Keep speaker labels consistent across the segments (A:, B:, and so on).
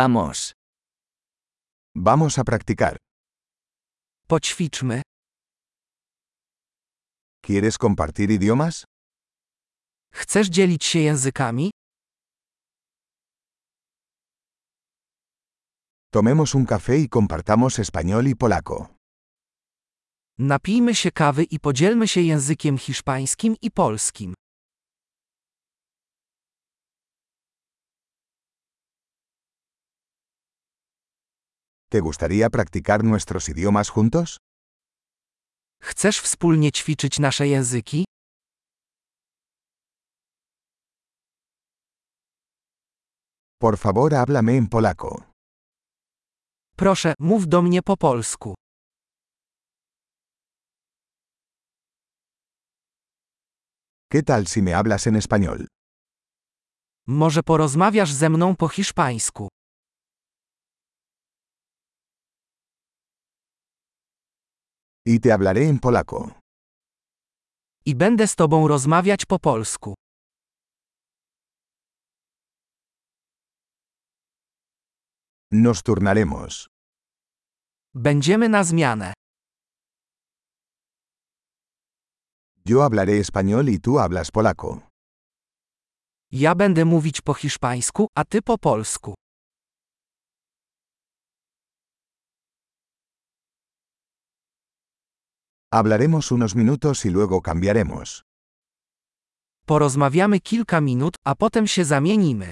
A: Vamos.
B: Vamos a practicar.
A: Poćwiczmy.
B: ¿Quieres compartir idiomas?
A: Chcesz dzielić się językami?
B: Tomemos un café y compartamos español y polaco.
A: Napijmy się kawy i podzielmy się językiem hiszpańskim i polskim.
B: ¿Te gustaría practicar nuestros idiomas juntos?
A: Chcesz wspólnie ćwiczyć nasze języki?
B: Por favor, háblame en polaco.
A: Proszę, mów do mnie po polsku.
B: ¿Qué tal si me hablas en español?
A: Może porozmawiasz ze mną po hiszpańsku.
B: Y te hablaré en polaco.
A: I będę z tobą rozmawiać po polsku.
B: Nos turnaremos.
A: Będziemy na zmianę.
B: Yo hablaré español y tú hablas polaco.
A: Ja będę mówić po hiszpańsku, a ty po polsku.
B: Hablaremos unos minutos y luego cambiaremos.
A: Porozmawiamy kilka minut, a potem się zamienimy.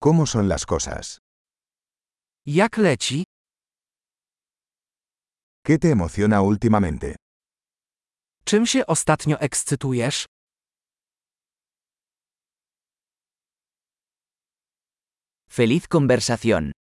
B: ¿Cómo son las cosas?
A: Jak leci?
B: ¿Qué te emociona últimamente?
A: Czym się ostatnio ekscytujesz?
C: Feliz conversación.